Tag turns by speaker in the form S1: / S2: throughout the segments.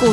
S1: 股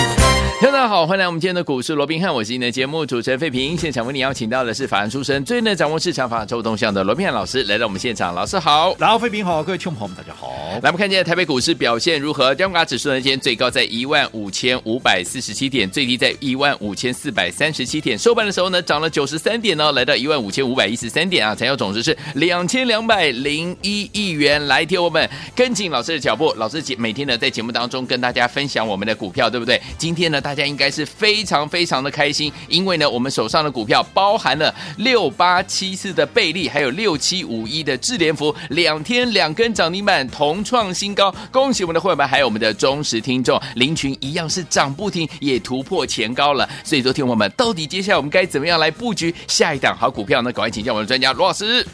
S2: 听众大家好，欢迎来我们今天的股市罗宾汉，我是你的节目主持人费平。现场为你邀请到的是法案出身、最能掌握市场法周动向的罗宾汉老师，来到我们现场。老师好，
S3: 然后，飞平好，各位听众朋友们，大家好。
S2: 来，我们看今天台北股市表现如何？加权指数呢，今天最高在一万五千五百四十七点，最低在一万五千四百三十七点。收盘的时候呢，涨了九十三点哦，来到一万五千五百一十三点啊，成交总值是两千两百零一亿元。来，听我们跟紧老师的脚步，老师节每天呢在节目当中跟大家分享我们的股票，对不对？今天呢，大家应该是非常非常的开心，因为呢，我们手上的股票包含了六八七四的贝利，还有六七五一的智联福，两天两根涨停板，同创新高。恭喜我们的会员们，还有我们的忠实听众，林群一样是涨不停，也突破前高了。所以，说，听我们到底接下来我们该怎么样来布局下一档好股票呢？赶快请教我们的专家罗老师。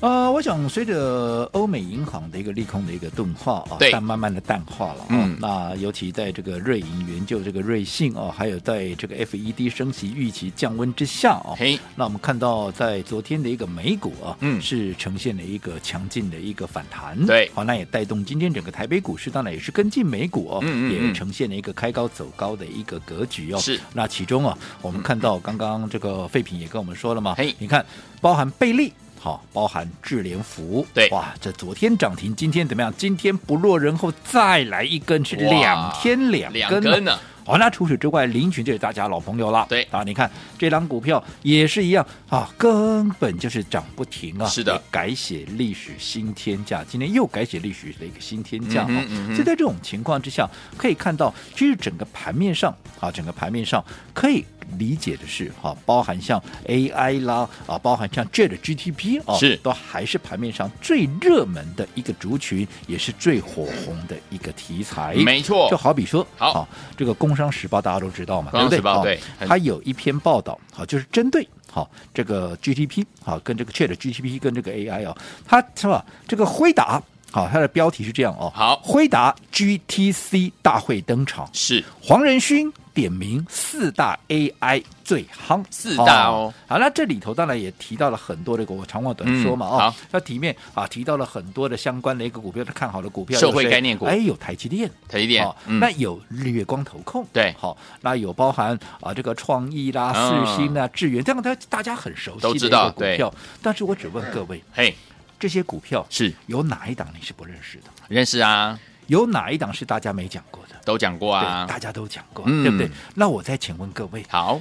S3: 呃，我想随着欧美银行的一个利空的一个钝化啊，
S2: 对
S3: 但慢慢的淡化了、啊。
S2: 嗯
S3: 那尤其在这个瑞银援救这个瑞信哦、还有在这个 FED 升息预期降温之下哦、
S2: 嘿，
S3: 那我们看到在昨天的一个美股啊，
S2: 嗯
S3: 是呈现了一个强劲的一个反弹。
S2: 对
S3: 好，那也带动今天整个台北股市，当然也是跟进美股哦，
S2: 嗯嗯嗯
S3: 也呈现了一个开高走高的一个格局哦。
S2: 是，
S3: 那其中啊，我们看到刚刚这个废品也跟我们说了嘛，
S2: 嘿
S3: 你看包含贝利。好，包含智联服，
S2: 对
S3: 哇，这昨天涨停，今天怎么样？今天不落人后，再来一根，是
S2: 哇
S3: 两天两根、啊
S2: 两根呢
S3: 好、那除此之外，林群就是大家老朋友了。
S2: 对
S3: 啊，你看这档股票也是一样啊，根本就是涨不停啊。
S2: 是的
S3: 也改写历史新天价，今天又改写历史的一个新天价、
S2: 嗯
S3: 哦
S2: 哼嗯哼
S3: 所以在这种情况之下，可以看到，其实整个盘面上啊，整个盘面上可以。理解的是，哈、包含像 AI 啦，啊，包含像 Chat GTP 哦，
S2: 是
S3: 都还是盘面上最热门的一个族群，也是最火红的一个题材。
S2: 没错
S3: 就好比说，
S2: 哦好
S3: 啊这个《工商时报》大家都知道嘛，
S2: 工商时报
S3: 对不
S2: 对
S3: 对？它有一篇报道，好，就是针对好这个 GTP，好啊跟这个 Chat GTP 跟这个 AI 哦，它是吧？这个辉达，好，它的标题是这样哦，
S2: 好
S3: 辉达 GTC 大会登场，
S2: 是
S3: 黄仁勋点名四大 AI 最夯，啊
S2: 四大哦
S3: 好，那这里头当然也提到了很多的股，我长话短说嘛，
S2: 嗯好
S3: 哦，那里面啊提到了很多的相关的一个股票的看好的股票，
S2: 社会
S3: 有谁
S2: 概念股
S3: 哎，有台积电，
S2: 台积电
S3: 哦
S2: 嗯
S3: 那有日月光投控，
S2: 对
S3: 好，那有包含啊这个创意啦、
S2: 嗯
S3: 世新啦、智源，这样大家大家很熟悉
S2: 都
S3: 的
S2: 知
S3: 一
S2: 道
S3: 个股票，但是我只问各位，
S2: 嘿，
S3: 这些股票
S2: 是
S3: 有哪一档哎你是不认识的？
S2: 认识啊，
S3: 有哪一档是大家没讲过的？
S2: 都讲过啊
S3: 对，。大家都讲过，
S2: 嗯
S3: 对不对？那我再请问各位，
S2: 好，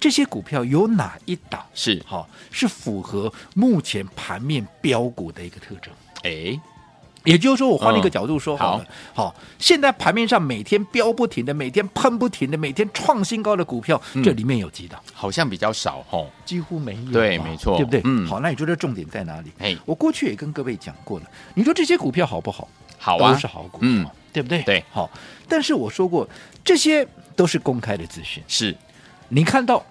S3: 这些股票有哪一档
S2: 是
S3: 好、是符合目前盘面标股的一个特征？
S2: 哎，
S3: 也就是说，我换了一个
S2: 嗯
S3: 角度说
S2: 好
S3: 好了，好、现在盘面上每天飙不停的、每天喷不停的、每天创新高的股票，
S2: 嗯
S3: 这里面有几档？
S2: 好像比较少吼。
S3: 几乎没有嘛，
S2: 对没错
S3: 对不对？
S2: 嗯
S3: 好，那你说这重点在哪里
S2: 嘿？
S3: 我过去也跟各位讲过了，你说这些股票好不好？
S2: 好啊
S3: 都是好股票，
S2: 嗯
S3: 对不对？
S2: 对
S3: 好，但是我说过，这些都是公开的资讯，
S2: 是
S3: 你看到，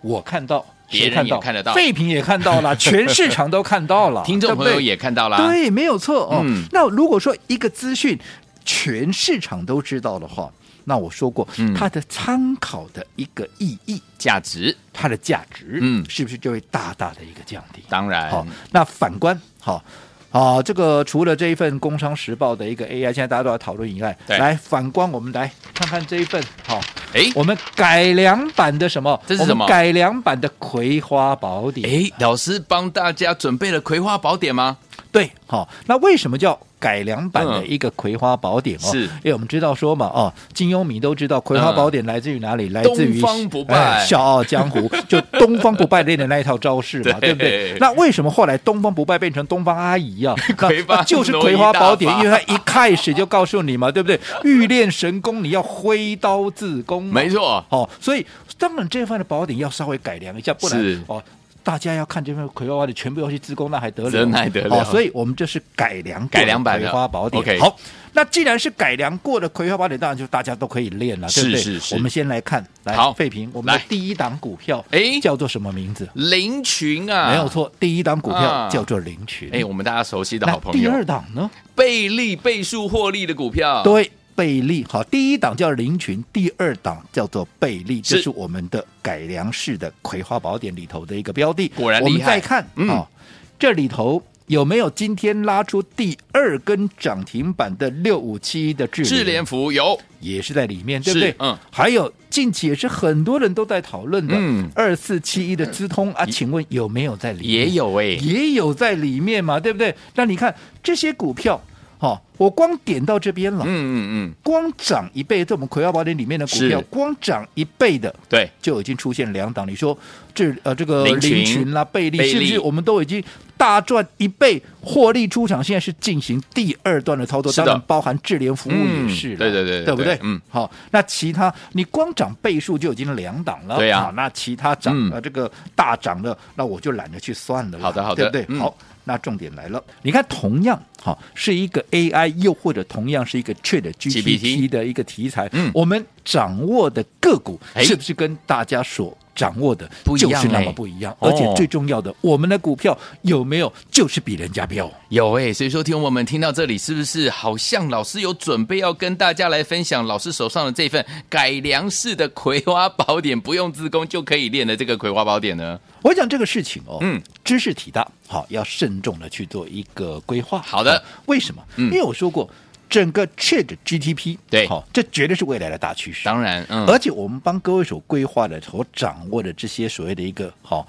S3: 我看到，
S2: 别人
S3: 谁看到
S2: 也看得到
S3: 废品也看到 了，全市场都看到 了，
S2: 听众朋友
S3: 对不对
S2: 也看到啦，
S3: 对，没有错哦。
S2: 嗯
S3: 那如果说一个资讯全市场都知道的话，那我说过
S2: 嗯，
S3: 它的参考的一个意义，
S2: 价值
S3: 它的价值，
S2: 嗯
S3: 是不是就会大大的一个降低？
S2: 当然
S3: 好，那反观好。啊，这个除了这一份《工商时报》的一个 AI，现在大家都在讨论以外，
S2: 对
S3: 来反观我们来看看这一份好，
S2: 哎
S3: 我们改良版的什么？
S2: 这是
S3: 我们
S2: 什么
S3: 改良版的《葵花宝典》。
S2: 哎，老师帮大家准备了《葵花宝典》吗？
S3: 对，好、那为什么叫改良版的
S2: 嗯
S3: 一个《葵花宝典》哦？
S2: 是
S3: 因为我们知道说嘛，哦，金庸迷都知道《葵花宝典》来自于哪里？来自
S2: 嗯东
S3: 于
S2: 方不败
S3: 哎笑傲江 湖》，就东方不败练的那一套招式嘛，
S2: 对
S3: 对不对？那为什么后来东方不败变成东方阿姨啊？那
S2: 葵花
S3: 那 就是《
S2: 挪
S3: 葵
S2: 移
S3: 花
S2: 大
S3: 宝典》，
S2: 法
S3: 因为它一开始就告诉你嘛，对不对？欲练神功，你要挥刀自宫嘛，
S2: 没错，
S3: 哦，所以当然这份的宝典要稍微改良一下，不然
S2: 是
S3: 哦。大家要看这份葵花宝典，全部要去自宫，那还得了？哦
S2: 真还得了
S3: 好所以我们这是改良过的
S2: 改良版的
S3: 葵花宝典。
S2: OK
S3: 好，那既然是改良过的葵花宝典，当然就大家都可以练了，对不对？
S2: 是是是
S3: 我们先来看，来
S2: 好
S3: 费平，我们的
S2: 来
S3: 第一档股票，
S2: 哎
S3: 叫做什么名字？
S2: 林群啊，
S3: 没有。错，第一档股
S2: 啊
S3: 票叫做林群。
S2: 哎，我们大家熟悉的
S3: 那
S2: 好朋
S3: 第
S2: 友，
S3: 二档呢？
S2: 倍利倍数获利的股票，
S3: 对，贝利。好，第一档叫林群，第二档叫做贝利，
S2: 是
S3: 这是我们的改良式的《葵花宝典》里头的一个标的。
S2: 果然
S3: 我
S2: 厉
S3: 们
S2: 害
S3: 再看，
S2: 嗯
S3: 好，这里头。有没有今天拉出第二根涨停板的六五七一的智
S2: 智联福有
S3: 也是在里面，对不对
S2: 是？嗯
S3: 还有近期也是很多人都在讨论的
S2: 嗯
S3: 二四七一的资通啊，请问有没有在里面？
S2: 也有哎、
S3: 也有在里面嘛，对不对？那你看这些股票，哦，我光点到这边了，
S2: 嗯嗯嗯，
S3: 光涨一倍，在我们葵花宝典里面的股票
S2: 是，
S3: 光涨一倍的
S2: 对，
S3: 就已经出现两档。你说这呃这个
S2: 林群
S3: 林群啦、贝利
S2: 贝利
S3: 是不是我们都已经大赚一倍获利出场？现在是进行第二段的操作，
S2: 是的
S3: 当然包含智联服务
S2: 嗯
S3: 也是啦、
S2: 对对对对
S3: 对不对
S2: 对？嗯，
S3: 好，那其他你光涨倍数就已经两档了，
S2: 对啊
S3: 好那其他涨、
S2: 嗯
S3: 呃这个大涨的，那我就懒得去算了啦，
S2: 好的好的
S3: 对不对？
S2: 嗯
S3: 好。那重点来了，你看，同样哈、好是一个 AI，又或者同样是一个 Chat
S2: GPT
S3: GPT 的一个题材，
S2: 嗯
S3: 我们掌握的个股
S2: 哎
S3: 是不是跟大家所掌握的
S2: 不一
S3: 就
S2: 样
S3: 是那
S2: 哎
S3: 么不一样？
S2: 哦
S3: 而且最重要的，我们的股票有没有就是比人家标？
S2: 有哎、所以说，听我们听到这里，是不是好像老师有准备要跟大家来分享老师手上的这份改良式的葵花宝典，不用自宫就可以练的这个葵花宝典呢？
S3: 我讲这个事情哦，
S2: 嗯，
S3: 知识体大，好，要慎重的去做一个规划。
S2: 好的
S3: 好为什么？
S2: 嗯
S3: 因为我说过，整个 Chat GTP，
S2: 对
S3: 好，这绝对是未来的大趋势。
S2: 当然，嗯，
S3: 而且我们帮各位所规划的、所掌握的这些所谓的一个好、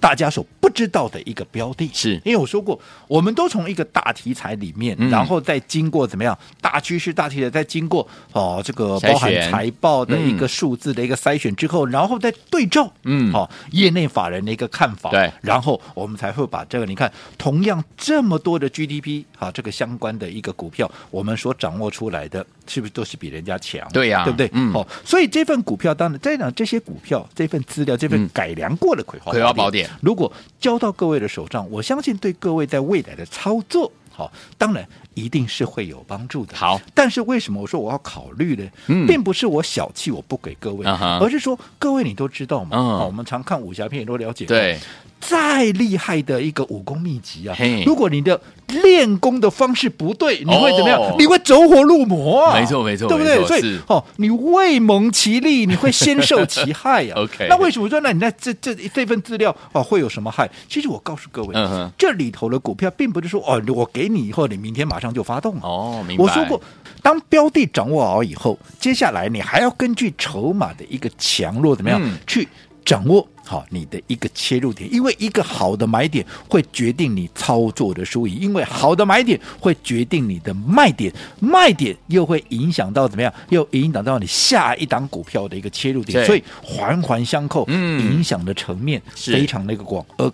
S3: 大家所不知道的一个标的，
S2: 是
S3: 因为我说过，我们都从一个大题材里面，
S2: 嗯
S3: 然后再经过怎么样大趋势、大题材，再经过哦这个
S2: 筛选
S3: 包含财报的
S2: 嗯
S3: 一个数字的一个筛选之后，然后再对照，
S2: 嗯
S3: 好、业内法人的一个看法，
S2: 对
S3: 然后我们才会把这个你看，同样这么多的 GDP 啊，这个相关的一个股票，我们所掌握出来的，是不是都是比人家强？
S2: 对呀
S3: 对不对？
S2: 嗯
S3: 好、哦所以这份股票当然，再讲这些股票，这份资料，这份
S2: 嗯
S3: 改良过的葵花
S2: 葵花宝典
S3: 如果交到各位的手上，我相信对各位在未来的操作，好、当然一定是会有帮助的。
S2: 好，
S3: 但是为什么我说我要考虑呢？
S2: 嗯
S3: 并不是我小气，我不给各位，
S2: 啊哈
S3: 而是说各位你都知道嘛，
S2: 嗯
S3: 好我们常看武侠片也都了解，
S2: 对，
S3: 再厉害的一个武功秘籍啊
S2: 嘿，
S3: 如果你的练功的方式不对，你会怎么样？
S2: 哦
S3: 你会走火入魔啊！
S2: 没错没错
S3: 对不
S2: 没
S3: 对？
S2: 错
S3: 所以
S2: 是
S3: 哦，你未蒙 其利，你会先受其害呀、
S2: OK
S3: 那为什么说那你那这这这份资料哦会有什么害？其实我告诉各位，
S2: 嗯哼
S3: 这里头的股票并不是说哦，我给你以后，你明天马上就发动啊了。
S2: 哦，明白。
S3: 我说过，，当标的掌握好以后，接下来你还要根据筹码的一个强弱怎么样、
S2: 嗯
S3: 去掌握好你的一个切入点，因为一个好的买点会决定你操作的输赢，因为好的买点会决定你的卖点，卖点又会影响到怎么样，又影响到你下一档股票的一个切入点，
S2: 对
S3: 所以环环相扣，
S2: 嗯
S3: 影响的层面
S2: 是
S3: 非常的一个广，而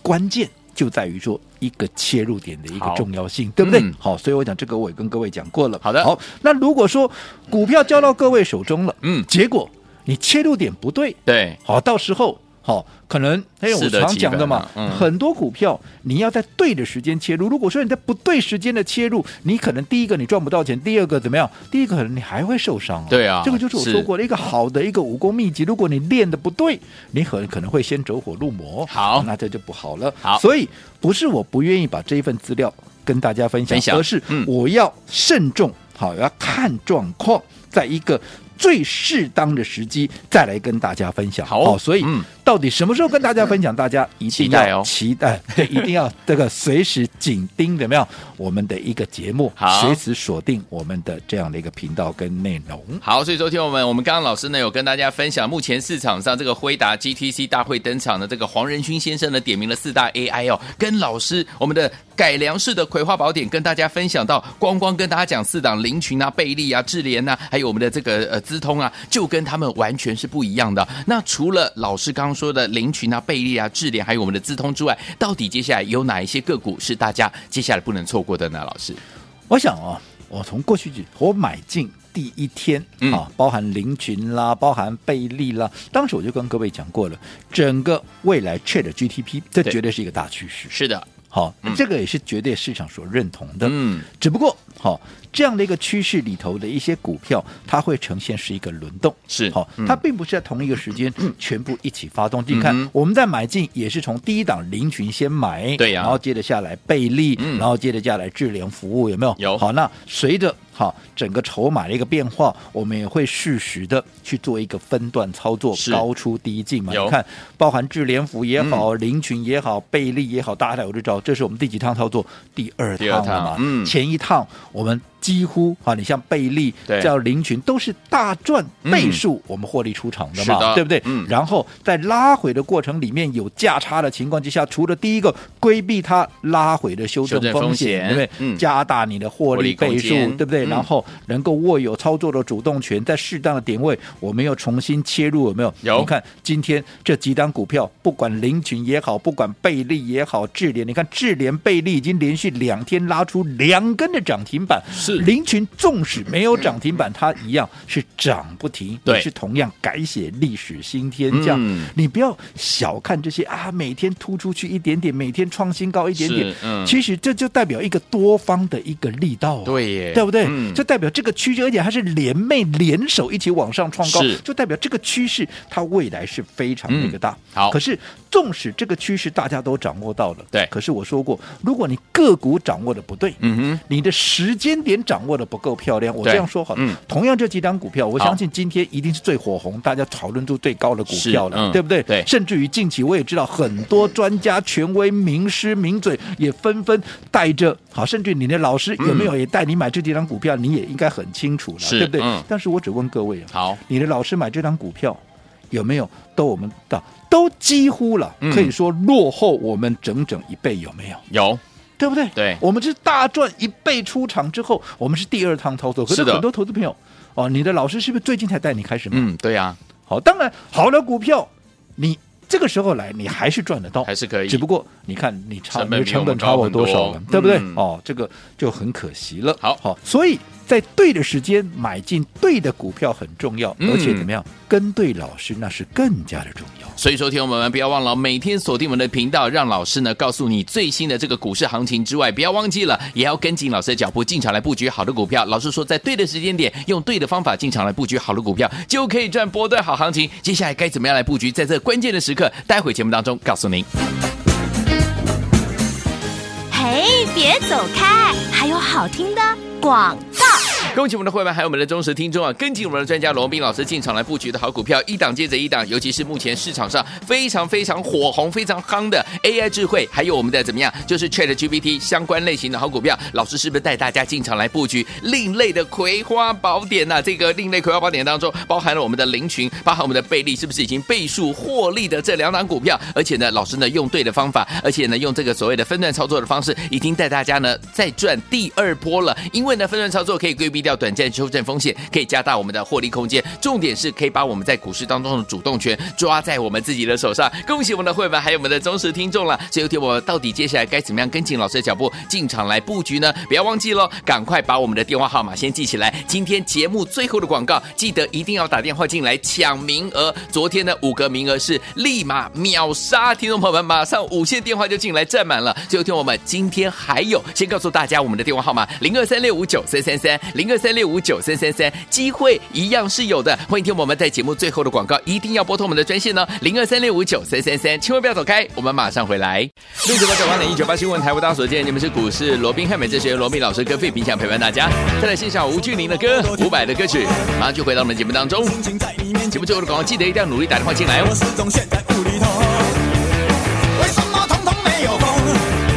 S3: 关键就在于说一个切入点的一个
S2: 好
S3: 重要性，对不对？
S2: 嗯
S3: 好，所以我讲这个我也跟各位讲过了。
S2: 好的
S3: 好，那如果说股票交到各位手中了，
S2: 嗯
S3: 结果你切入点不对，
S2: 对，
S3: 好，到时候好可能，哎，
S2: 适
S3: 我
S2: 得
S3: 常
S2: 其
S3: 讲的
S2: 反
S3: 嘛
S2: 啊，嗯
S3: 很多股票你要在对的时间切入。如果说你在不对时间的切入，你可能第一个你赚不到钱，第二个怎么样？第一个可能你还会受伤、
S2: 对啊
S3: 这个就是我
S2: 是
S3: 说过的一个好的一个武功秘籍。如果你练的不对，你很可能会先走火入魔。
S2: 好
S3: 那这就不好了。
S2: 好
S3: 所以不是我不愿意把这一份资料跟大家分享，
S2: 分享
S3: 而是
S2: 嗯
S3: 我要慎重，好，要看状况，在一个最适当的时机再来跟大家分享。
S2: 好
S3: 所以
S2: 嗯
S3: 到底什么时候跟大家分享？大家一定
S2: 期待哦
S3: 要 期待，对，一定要这个随时紧盯怎么样？我们的一个节目
S2: 好，
S3: 随时锁定我们的这样的一个频道跟内容。
S2: 好，所以昨天我们我们刚刚老师呢有跟大家分享，目前市场上这个辉达 GTC 大会登场的这个黄仁勋先生呢，点名了四大 AI 哦，跟老师我们的改良式的葵花宝典跟大家分享到，光光跟大家讲四档林群啊、贝利啊、智联呐、还有我们的这个呃资通啊，就跟他们完全是不一样的。那除了老师刚刚说的林群啊、贝利啊、智联，还有我们的资通之外，到底接下来有哪一些个股是大家接下来不能错过的呢？老师，
S3: 我想啊、我从过去几我买进第一天、
S2: 嗯
S3: 啊，包含林群啦，包含贝利啦，当时我就跟各位讲过了，整个未来 Chat GTP 这
S2: 对
S3: 绝对是一个大趋势。
S2: 是的，
S3: 好、
S2: 嗯
S3: 这个也是绝对市场所认同的。
S2: 嗯，
S3: 只不过好、这样的一个趋势里头的一些股票，它会呈现是一个轮动。
S2: 是
S3: 好、
S2: 嗯
S3: 它并不是在同一个时间 全部一起发动。你
S2: 嗯
S3: 看
S2: 哼，
S3: 我们在买进也是从第一档林群先买，
S2: 对呀
S3: 然后接着下来贝利，
S2: 嗯
S3: 然后接着下来智联服务，有没有？
S2: 有
S3: 好，那随着好整个筹码的一个变化，我们也会适时的去做一个分段操作
S2: 是，
S3: 高出低进嘛。
S2: 有嗯
S3: 你看，包含智联服也好，林群也好，贝利也好，大家都知道，这是我们第几趟操作？第二
S2: 第二
S3: 趟了
S2: 趟
S3: 嘛。
S2: 嗯
S3: 前一趟我们几乎啊，你像贝利
S2: 对、
S3: 叫林群都是大赚
S2: 嗯
S3: 倍数，我们获利出场的
S2: 是
S3: 嘛，
S2: 的
S3: 对不对？
S2: 嗯
S3: 然后在拉回的过程里面有价差的情况之下，除了第一个规避它拉回的修正
S2: 修正风
S3: 风
S2: 险
S3: 险，对不对？
S2: 嗯
S3: 加大你的获
S2: 获利
S3: 利
S2: 空
S3: 倍数
S2: 间，
S3: 对不对？
S2: 嗯
S3: 然后能够握有操作的主动权，在适当的点位，我们又重新切入，有没有？
S2: 有
S3: 你看今天这几档股票，不管林群也好，不管贝利也好，智联，你看智联、贝利已经连续两天拉出两根的涨停板，
S2: 是
S3: 林群纵使没有涨停板，它一样是涨不停，
S2: 对
S3: 也是同样改写历史新天价。
S2: 嗯
S3: 你不要小看这些啊，每天突出去一点点，每天创新高一点点
S2: 是，嗯
S3: 其实这就代表一个多方的一个力道、啊，
S2: 对耶
S3: 对不对？
S2: 嗯
S3: 就代表这个趋势，而且它是联袂联手一起往上创高
S2: 是，
S3: 就代表这个趋势它未来是非常那个大。
S2: 嗯好
S3: 可是纵使这个趋势大家都掌握到了，
S2: 对
S3: 可是我说过，如果你个股掌握的不对，
S2: 嗯哼，
S3: 你的时间点掌握的不够漂亮，我
S2: 对
S3: 这样说好了。
S2: 嗯
S3: 同样这几档股票，我
S2: 好
S3: 相信今天一定是最火红，大家讨论度最高的股票了，
S2: 是嗯
S3: 对不对？
S2: 对
S3: 甚至于近期我也知道很多专家、权威、名师、名嘴也纷纷带着，好，甚至你的老师有没有也带你买这几档股票，你也应该很清楚了，
S2: 是
S3: 对不对？
S2: 嗯
S3: 但是我只问各位啊，
S2: 好，
S3: 你的老师买这张股票有没有都我们的都几乎了，
S2: 嗯
S3: 可以说落后我们整整一倍，有没有？
S2: 有，
S3: 对不对？
S2: 对
S3: 我们是大赚一倍出场之后，我们是第二趟操作。可
S2: 是
S3: 是
S2: 的
S3: 很多投资朋友，哦，你的老师是不是最近才带你开始买？
S2: 嗯，对呀，
S3: 好，当然好的股票，你这个时候来，你还是赚得到，
S2: 还是可以
S3: 只不过你看你差
S2: 成本
S3: 你的成本差我多少了，
S2: 比我们高很多
S3: 对不对？
S2: 嗯
S3: 哦，这个就很可惜了。
S2: 好
S3: 好，所以在对的时间买进对的股票很重要，
S2: 嗯
S3: 而且怎么样，跟对老师那是更加的重要。
S2: 所以，说，听我们不要忘了每天锁定我们的频道，让老师呢告诉你最新的这个股市行情之外，不要忘记了也要跟紧老师的脚步进场来布局好的股票。老师说，在对的时间点，用对的方法进场来布局好的股票，就可以赚波段好行情。接下来该怎么样来布局，在这关键的时刻，待会节目当中告诉您。
S1: 嘿，别走开，还有好听的广告。
S2: 恭喜我们的会员，还有我们的忠实听众啊！跟紧我们的专家罗斌老师进场来布局的好股票，一档接着一档，尤其是目前市场上非常非常火红、非常夯的 AI 智慧，还有我们的怎么样，就是 ChatGPT 相关类型的好股票，老师是不是带大家进场来布局另类的葵花宝典呐、这个另类葵花宝典当中，包含了我们的林群，包含我们的贝利，是不是已经倍数获利的这两档股票？而且呢，老师呢用对的方法，而且呢用这个所谓的分段操作的方式，已经带大家呢再赚第二波了。因为呢分段操作可以规避掉短暂修正风险，可以加大我们的获利空间。重点是可以把我们在股市当中的主动权抓在我们自己的手上。恭喜我们的会员，还有我们的忠实听众了。所以，天我到底接下来该怎么样跟紧老师的脚步进场来布局呢？不要忘记喽，赶快把我们的电话号码先记起来。今天节目最后的广告，记得一定要打电话进来抢名额。昨天的五个名额是立马秒杀，听众朋友们马上无线电话就进来占满了。最后，听我们今天还有，先告诉大家我们的电话号码零二三六五九三三三零二三六五九三三三，机会一样是有的。欢迎听我们在节目最后的广告，一定要拨通我们的专线哦，零二三六五九三三三，千万不要走开，我们马上回来。六九八九八零一九八新闻台，为大家所见，你们是股市罗宾汉美哲学罗密老师跟费平想陪伴大家，再来欣赏吴俊霖的歌，伍佰的歌曲，马上就回到我们的节目当中。
S4: 心情在里面，
S2: 节目最后的广告，记得一定要努力打电话进来哦
S4: 我。始终陷在雾里头。为什么统统没有风？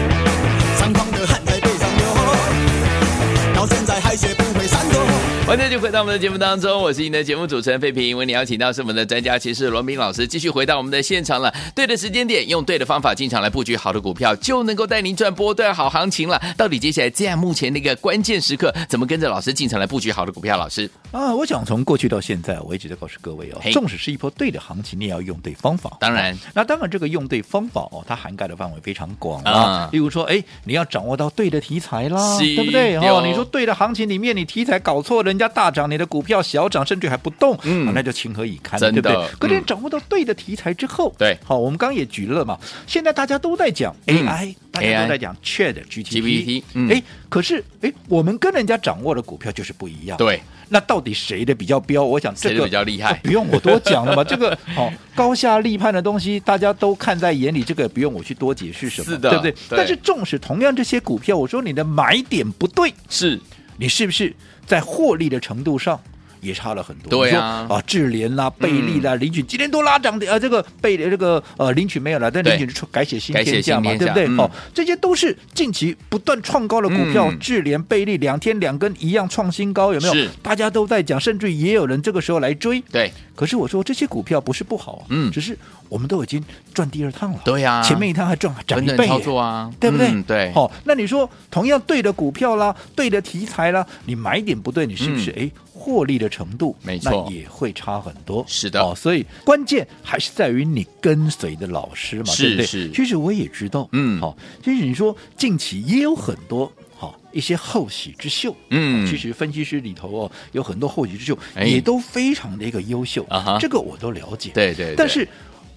S4: 猖狂的汗在背上流，到现在还学不会闪躲。
S2: 欢迎继续回到我们的节目当中，我是您的节目主持人费平。为你邀请到是我们的专家骑士罗明老师，继续回到我们的现场了。对的时间点，用对的方法进场来布局好的股票，就能够带您赚波段好行情了。到底接下来这样目前的一个关键时刻，怎么跟着老师进场来布局好的股票？老师，
S3: 啊，我想从过去到现在，我一直在告诉各位哦
S2: 嘿，
S3: 纵使是一波对的行情，你也要用对方法。
S2: 当然
S3: 哦那当然这个用对方法哦，它涵盖的范围非常广
S2: 啊
S3: 啊。例如说，哎，你要掌握到对的题材啦，
S2: 是
S3: 对不
S2: 对
S3: 对？
S2: 哦
S3: 哦，你说对的行情里面，你题材搞错，人家大涨，你的股票小涨，甚至还不动，
S2: 嗯
S3: 啊那就情何以堪了，
S2: 真的
S3: 对不对
S2: 嗯？
S3: 可是你掌握到对的题材之后，
S2: 对
S3: 好，我们刚刚也举了嘛，现在大家都在讲
S2: 嗯
S3: AI，大家
S2: AI
S3: 都在讲 Chat GPT，
S2: GPT 嗯
S3: 哎，可是哎，我们跟人家掌握的股票就是不一样，
S2: 对。
S3: 那到底谁的比较彪？我想这
S2: 谁的
S3: 个
S2: 比较厉害
S3: 这不用我多 讲了嘛。这个好、高下立判的东西，大家都看在眼里，这个也不用我去多解释什么，
S2: 是的
S3: 对不对？
S2: 对
S3: 但是纵使同样这些股票，我说你的买点不对，
S2: 是
S3: 你是不是在获利的程度上？也差了很多，
S2: 对
S3: 你说
S2: 啊嗯
S3: 啊，智联啦、贝利啦、林群今天都拉涨停，呃，这个贝这个呃林群没有了，但
S2: 对
S3: 林群出改写新
S2: 改写
S3: 天价
S2: 新天
S3: 嘛，对不
S2: 价
S3: 对？
S2: 嗯
S3: 哦，这些都是近期不断创高的股票，
S2: 嗯
S3: 智联、贝利两天两根一样创新高，有没
S2: 是
S3: 有？大家都在讲，甚至也有人这个时候来追。
S2: 对，
S3: 可是我说这些股票不是不好、啊，
S2: 嗯
S3: 只是我们都已经赚第二趟了，
S2: 对呀
S3: 前面一趟还赚涨
S2: 等
S3: 一
S2: 等
S3: 倍耶，
S2: 操作啊，
S3: 对不对？
S2: 嗯对，
S3: 哦，那你说同样对的股票啦，对的题材啦，你买点不对，你是不是哎、诶获利的程度，
S2: 嗯没错
S3: 那也会差很多。
S2: 是的
S3: 哦，所以关键还是在于你跟随的老师嘛，
S2: 是
S3: 对不对？
S2: 是
S3: 其实我也知道，
S2: 嗯
S3: 好、其实你说近期也有很多。好、一些后起之秀，
S2: 嗯
S3: 其实分析师里头哦，有很多后起之秀，
S2: 哎
S3: 也都非常的一个优秀
S2: 啊哈
S3: 这个我都了解。
S2: 对对对
S3: 但是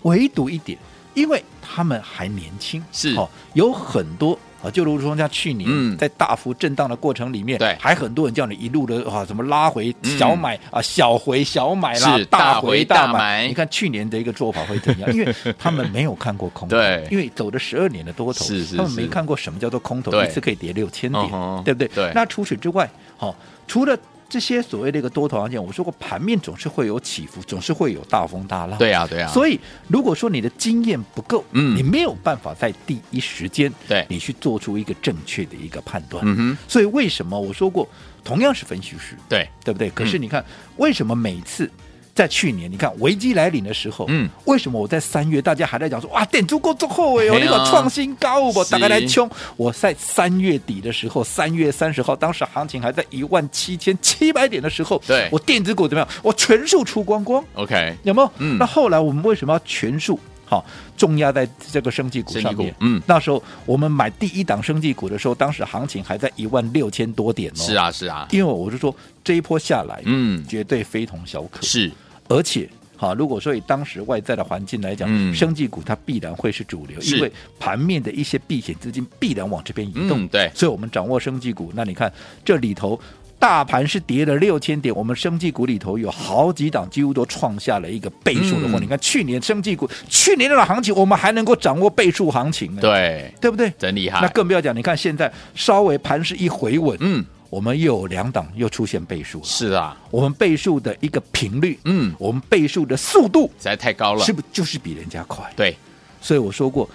S3: 唯独一点，因为他们还年轻，
S2: 是
S3: 哦，有很多。啊，就如说像去年、
S2: 嗯
S3: 在大幅震荡的过程里面，
S2: 对
S3: 还很多人叫你一路的啊，什么拉回
S2: 嗯
S3: 小买、啊，小回小买啦
S2: 是，大
S3: 大
S2: 回
S3: 回
S2: 大
S3: 大
S2: 买
S3: 你看去年的一个做法会怎样？ 因为他们没有看过空头，
S2: 对
S3: 因为走了十二年的多头，
S2: 是是
S3: 他们
S2: 是
S3: 没看过什么叫做空头，
S2: 对
S3: 一次可以跌六千
S2: 嗯
S3: 点，
S2: 哼
S3: 对不对？
S2: 对
S3: 那除此之外，好、除了。这些所谓的一个多头行情，我说过盘面总是会有起伏，总是会有大风大浪。
S2: 对啊，对啊，以
S3: 所以，如果说你的经验不够，
S2: 嗯
S3: 你没有办法在第一时间，
S2: 对
S3: 你去做出一个正确的一个判断。
S2: 嗯哼，
S3: 所以为什么我说过，同样是分析师，
S2: 对，
S3: 对不对？可是你看，为什么每次？在去年，你看危机来临的时候，
S2: 嗯，
S3: 为什么我在三月大家还在讲说哇，点足够做后尾哦，
S2: 嘿啊
S3: 那个创新高我
S2: 是
S3: 大概来冲。我在三月底的时候，三月三十号，当时行情还在一万七千七百点的时候，
S2: 对
S3: 我电子股怎么样？我全数出光光，
S2: OK，
S3: 有没有？
S2: 嗯
S3: 那后来我们为什么要全数好重压在这个生技股上
S2: 生技
S3: 面
S2: 股？嗯
S3: 那时候我们买第一档生技股的时候，当时行情还在一万六千多点哦。
S2: 是，啊，是啊，
S3: 因为我是说这一波下来，
S2: 嗯
S3: 绝对非同小可。
S2: 是，
S3: 而且。好，如果说以当时外在的环境来讲，
S2: 嗯
S3: 生技股它必然会是主流，
S2: 是
S3: 因为盘面的一些避险资金必然往这边移动。
S2: 嗯，对，
S3: 所以我们掌握生技股。那你看这里头。大盘是跌了六千点，我们生技股里头有好几档几乎都创下了一个倍数的话，
S2: 嗯
S3: 你看去年生技股去年的行情，我们还能够掌握倍数行情呢，
S2: 对，
S3: 对不对？
S2: 真厉害
S3: 那，更不要讲，你看现在稍微盘势一回稳，
S2: 啊嗯，
S3: 我们又有两档又出现倍数了，
S2: 是啊，
S3: 我们倍数的一个频率，
S2: 嗯
S3: 我们倍数的速度，
S2: 实在太高了
S3: 是，不是就是比人家快？
S2: 对，
S3: 所以我说过，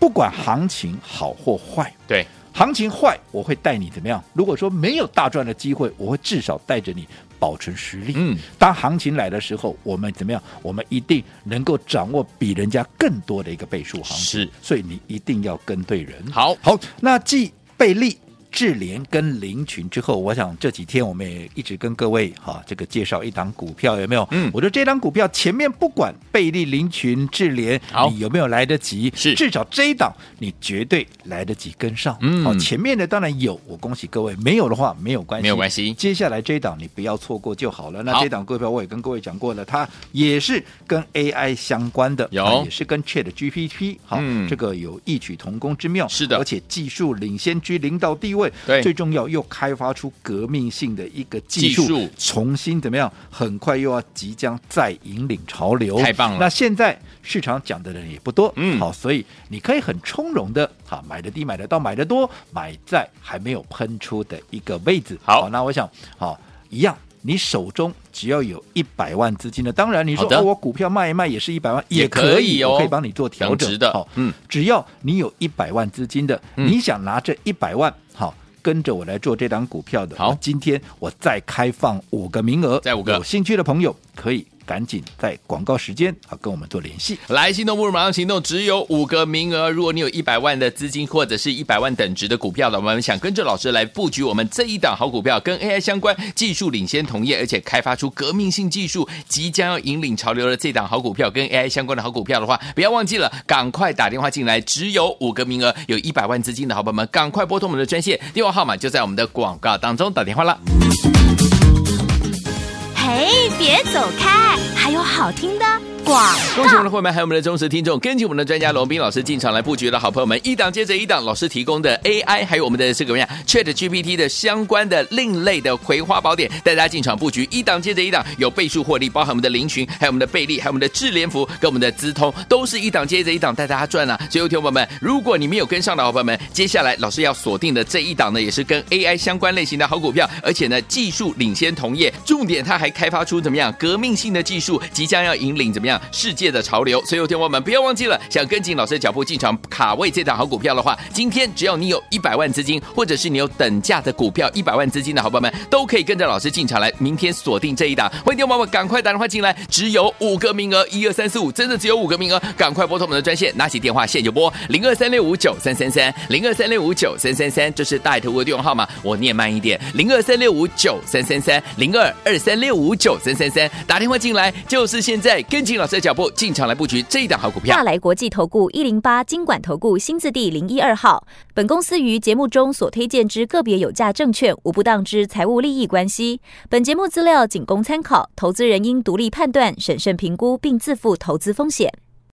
S3: 不管行情好或坏，
S2: 对，
S3: 行情坏，我会带你怎么样？如果说没有大赚的机会，我会至少带着你保存实力。
S2: 嗯，
S3: 当行情来的时候，我们怎么样？我们一定能够掌握比人家更多的一个倍数行情。
S2: 是，
S3: 所以你一定要跟对人。
S2: 好
S3: 好，那继贝利。智联跟林群之后，我想这几天我们也一直跟各位哈、这个介绍一档股票有没有？
S2: 嗯
S3: 我说这档股票前面不管贝利、林群、智联，
S2: 好
S3: 你有没有来得及？
S2: 是
S3: 至少这一档你绝对来得及跟上。
S2: 嗯
S3: 好，前面的当然有，我恭喜各位；没有的话没有关系，
S2: 没有关系
S3: 接下来这一档你不要错过就好了。那
S2: 好
S3: 这档股票我也跟各位讲过了，它也是跟 AI 相关的，
S2: 有
S3: 啊也是跟 Chat GPT 好，
S2: 嗯
S3: 这个有异曲同工之妙。
S2: 是的
S3: 而且技术领先居领导地位，
S2: 对
S3: 最重要又开发出革命性的一个技
S2: 技
S3: 术，
S2: 术
S3: 重新怎么样？很快又要即将再引领潮流，
S2: 太棒了
S3: 那现在市场讲的人也不多，
S2: 嗯
S3: 好，所以你可以很从容的哈，买的低，买得到，买得多，买在还没有喷出的一个位置。
S2: 好
S3: 那我想，好，一样。你手中只要有一百万资金的，当然你说
S2: 好的
S3: 哦我股票卖一卖也是一百万，
S2: 也可
S3: 可
S2: 以哦
S3: 我可以帮你做调
S2: 等
S3: 整
S2: 值的
S3: 好，
S2: 嗯，
S3: 只要你有一百万资金的，
S2: 嗯
S3: 你想拿这一百万，好，跟着我来做这档股票的。
S2: 好
S3: 那今天我再开放五个名额，
S2: 再五个
S3: 有兴趣的朋友可以赶紧在广告时间啊跟我们做联系。
S2: 来，心动不如马上行动，只有五个名额。如果你有一百万的资金或者是一百万等值的股票的，我们想跟着老师来布局我们这一档好股票，跟 AI 相关，技术领先同业，而且开发出革命性技术，即将要引领潮流的这档好股票，跟 AI 相关的好股票的话，不要忘记了，赶快打电话进来，只有五个名额，有一百万资金的好朋友们，赶快拨通我们的专线，电话号码就在我们的广告当中，打电话啦。
S1: 嘿，别走开，还有好听的广。
S2: 恭喜我们的会员，还有我们的忠实听众，根据我们的专家龙斌老师进场来布局的好朋友们，一档接着一档，老师提供的 AI，还有我们的这个什么呀 Chat GPT 的相关的另类的葵花宝典，带大家进场布局，一档接着一档，有倍数获利，包含我们的林群，还有我们的贝利，还有我们的智联福跟我们的资通，都是一档接着一档带大家赚啊。所以，听众朋友们，如果你没有跟上的好朋友们，接下来老师要锁定的这一档呢，也是跟 AI 相关类型的好股票，而且呢，技术领先同业，重点它还开发出怎么样革命性的技术，即将要引领怎么样世界的潮流。所以，天王们不要忘记了，想跟紧老师的脚步进场卡位这档好股票的话，今天只要你有一百万资金，或者是你有等价的股票一百万资金的好朋友们，都可以跟着老师进场来，明天锁定这一档。欢迎天王们赶快打电话进来，只有五个名额，一二三四五，真的只有五个名额，赶快拨通我们的专线，拿起电话现在就拨零二三六五九三三三零二三六五九三三三，这是大图的电话号码，我念慢一点，零二三六五九三三三零二二三六五九三三三，打电话进来就是现在，跟紧老师的脚步进场来布局这一档好股票
S5: 大。来国际投顾一零八金管投顾新字第零一二号。本公司于节目中所推荐之个别有价证券，无不当之财务利益关系。本节目资料仅供参考，投资人应独立判断、审慎评估，并自负投资风险。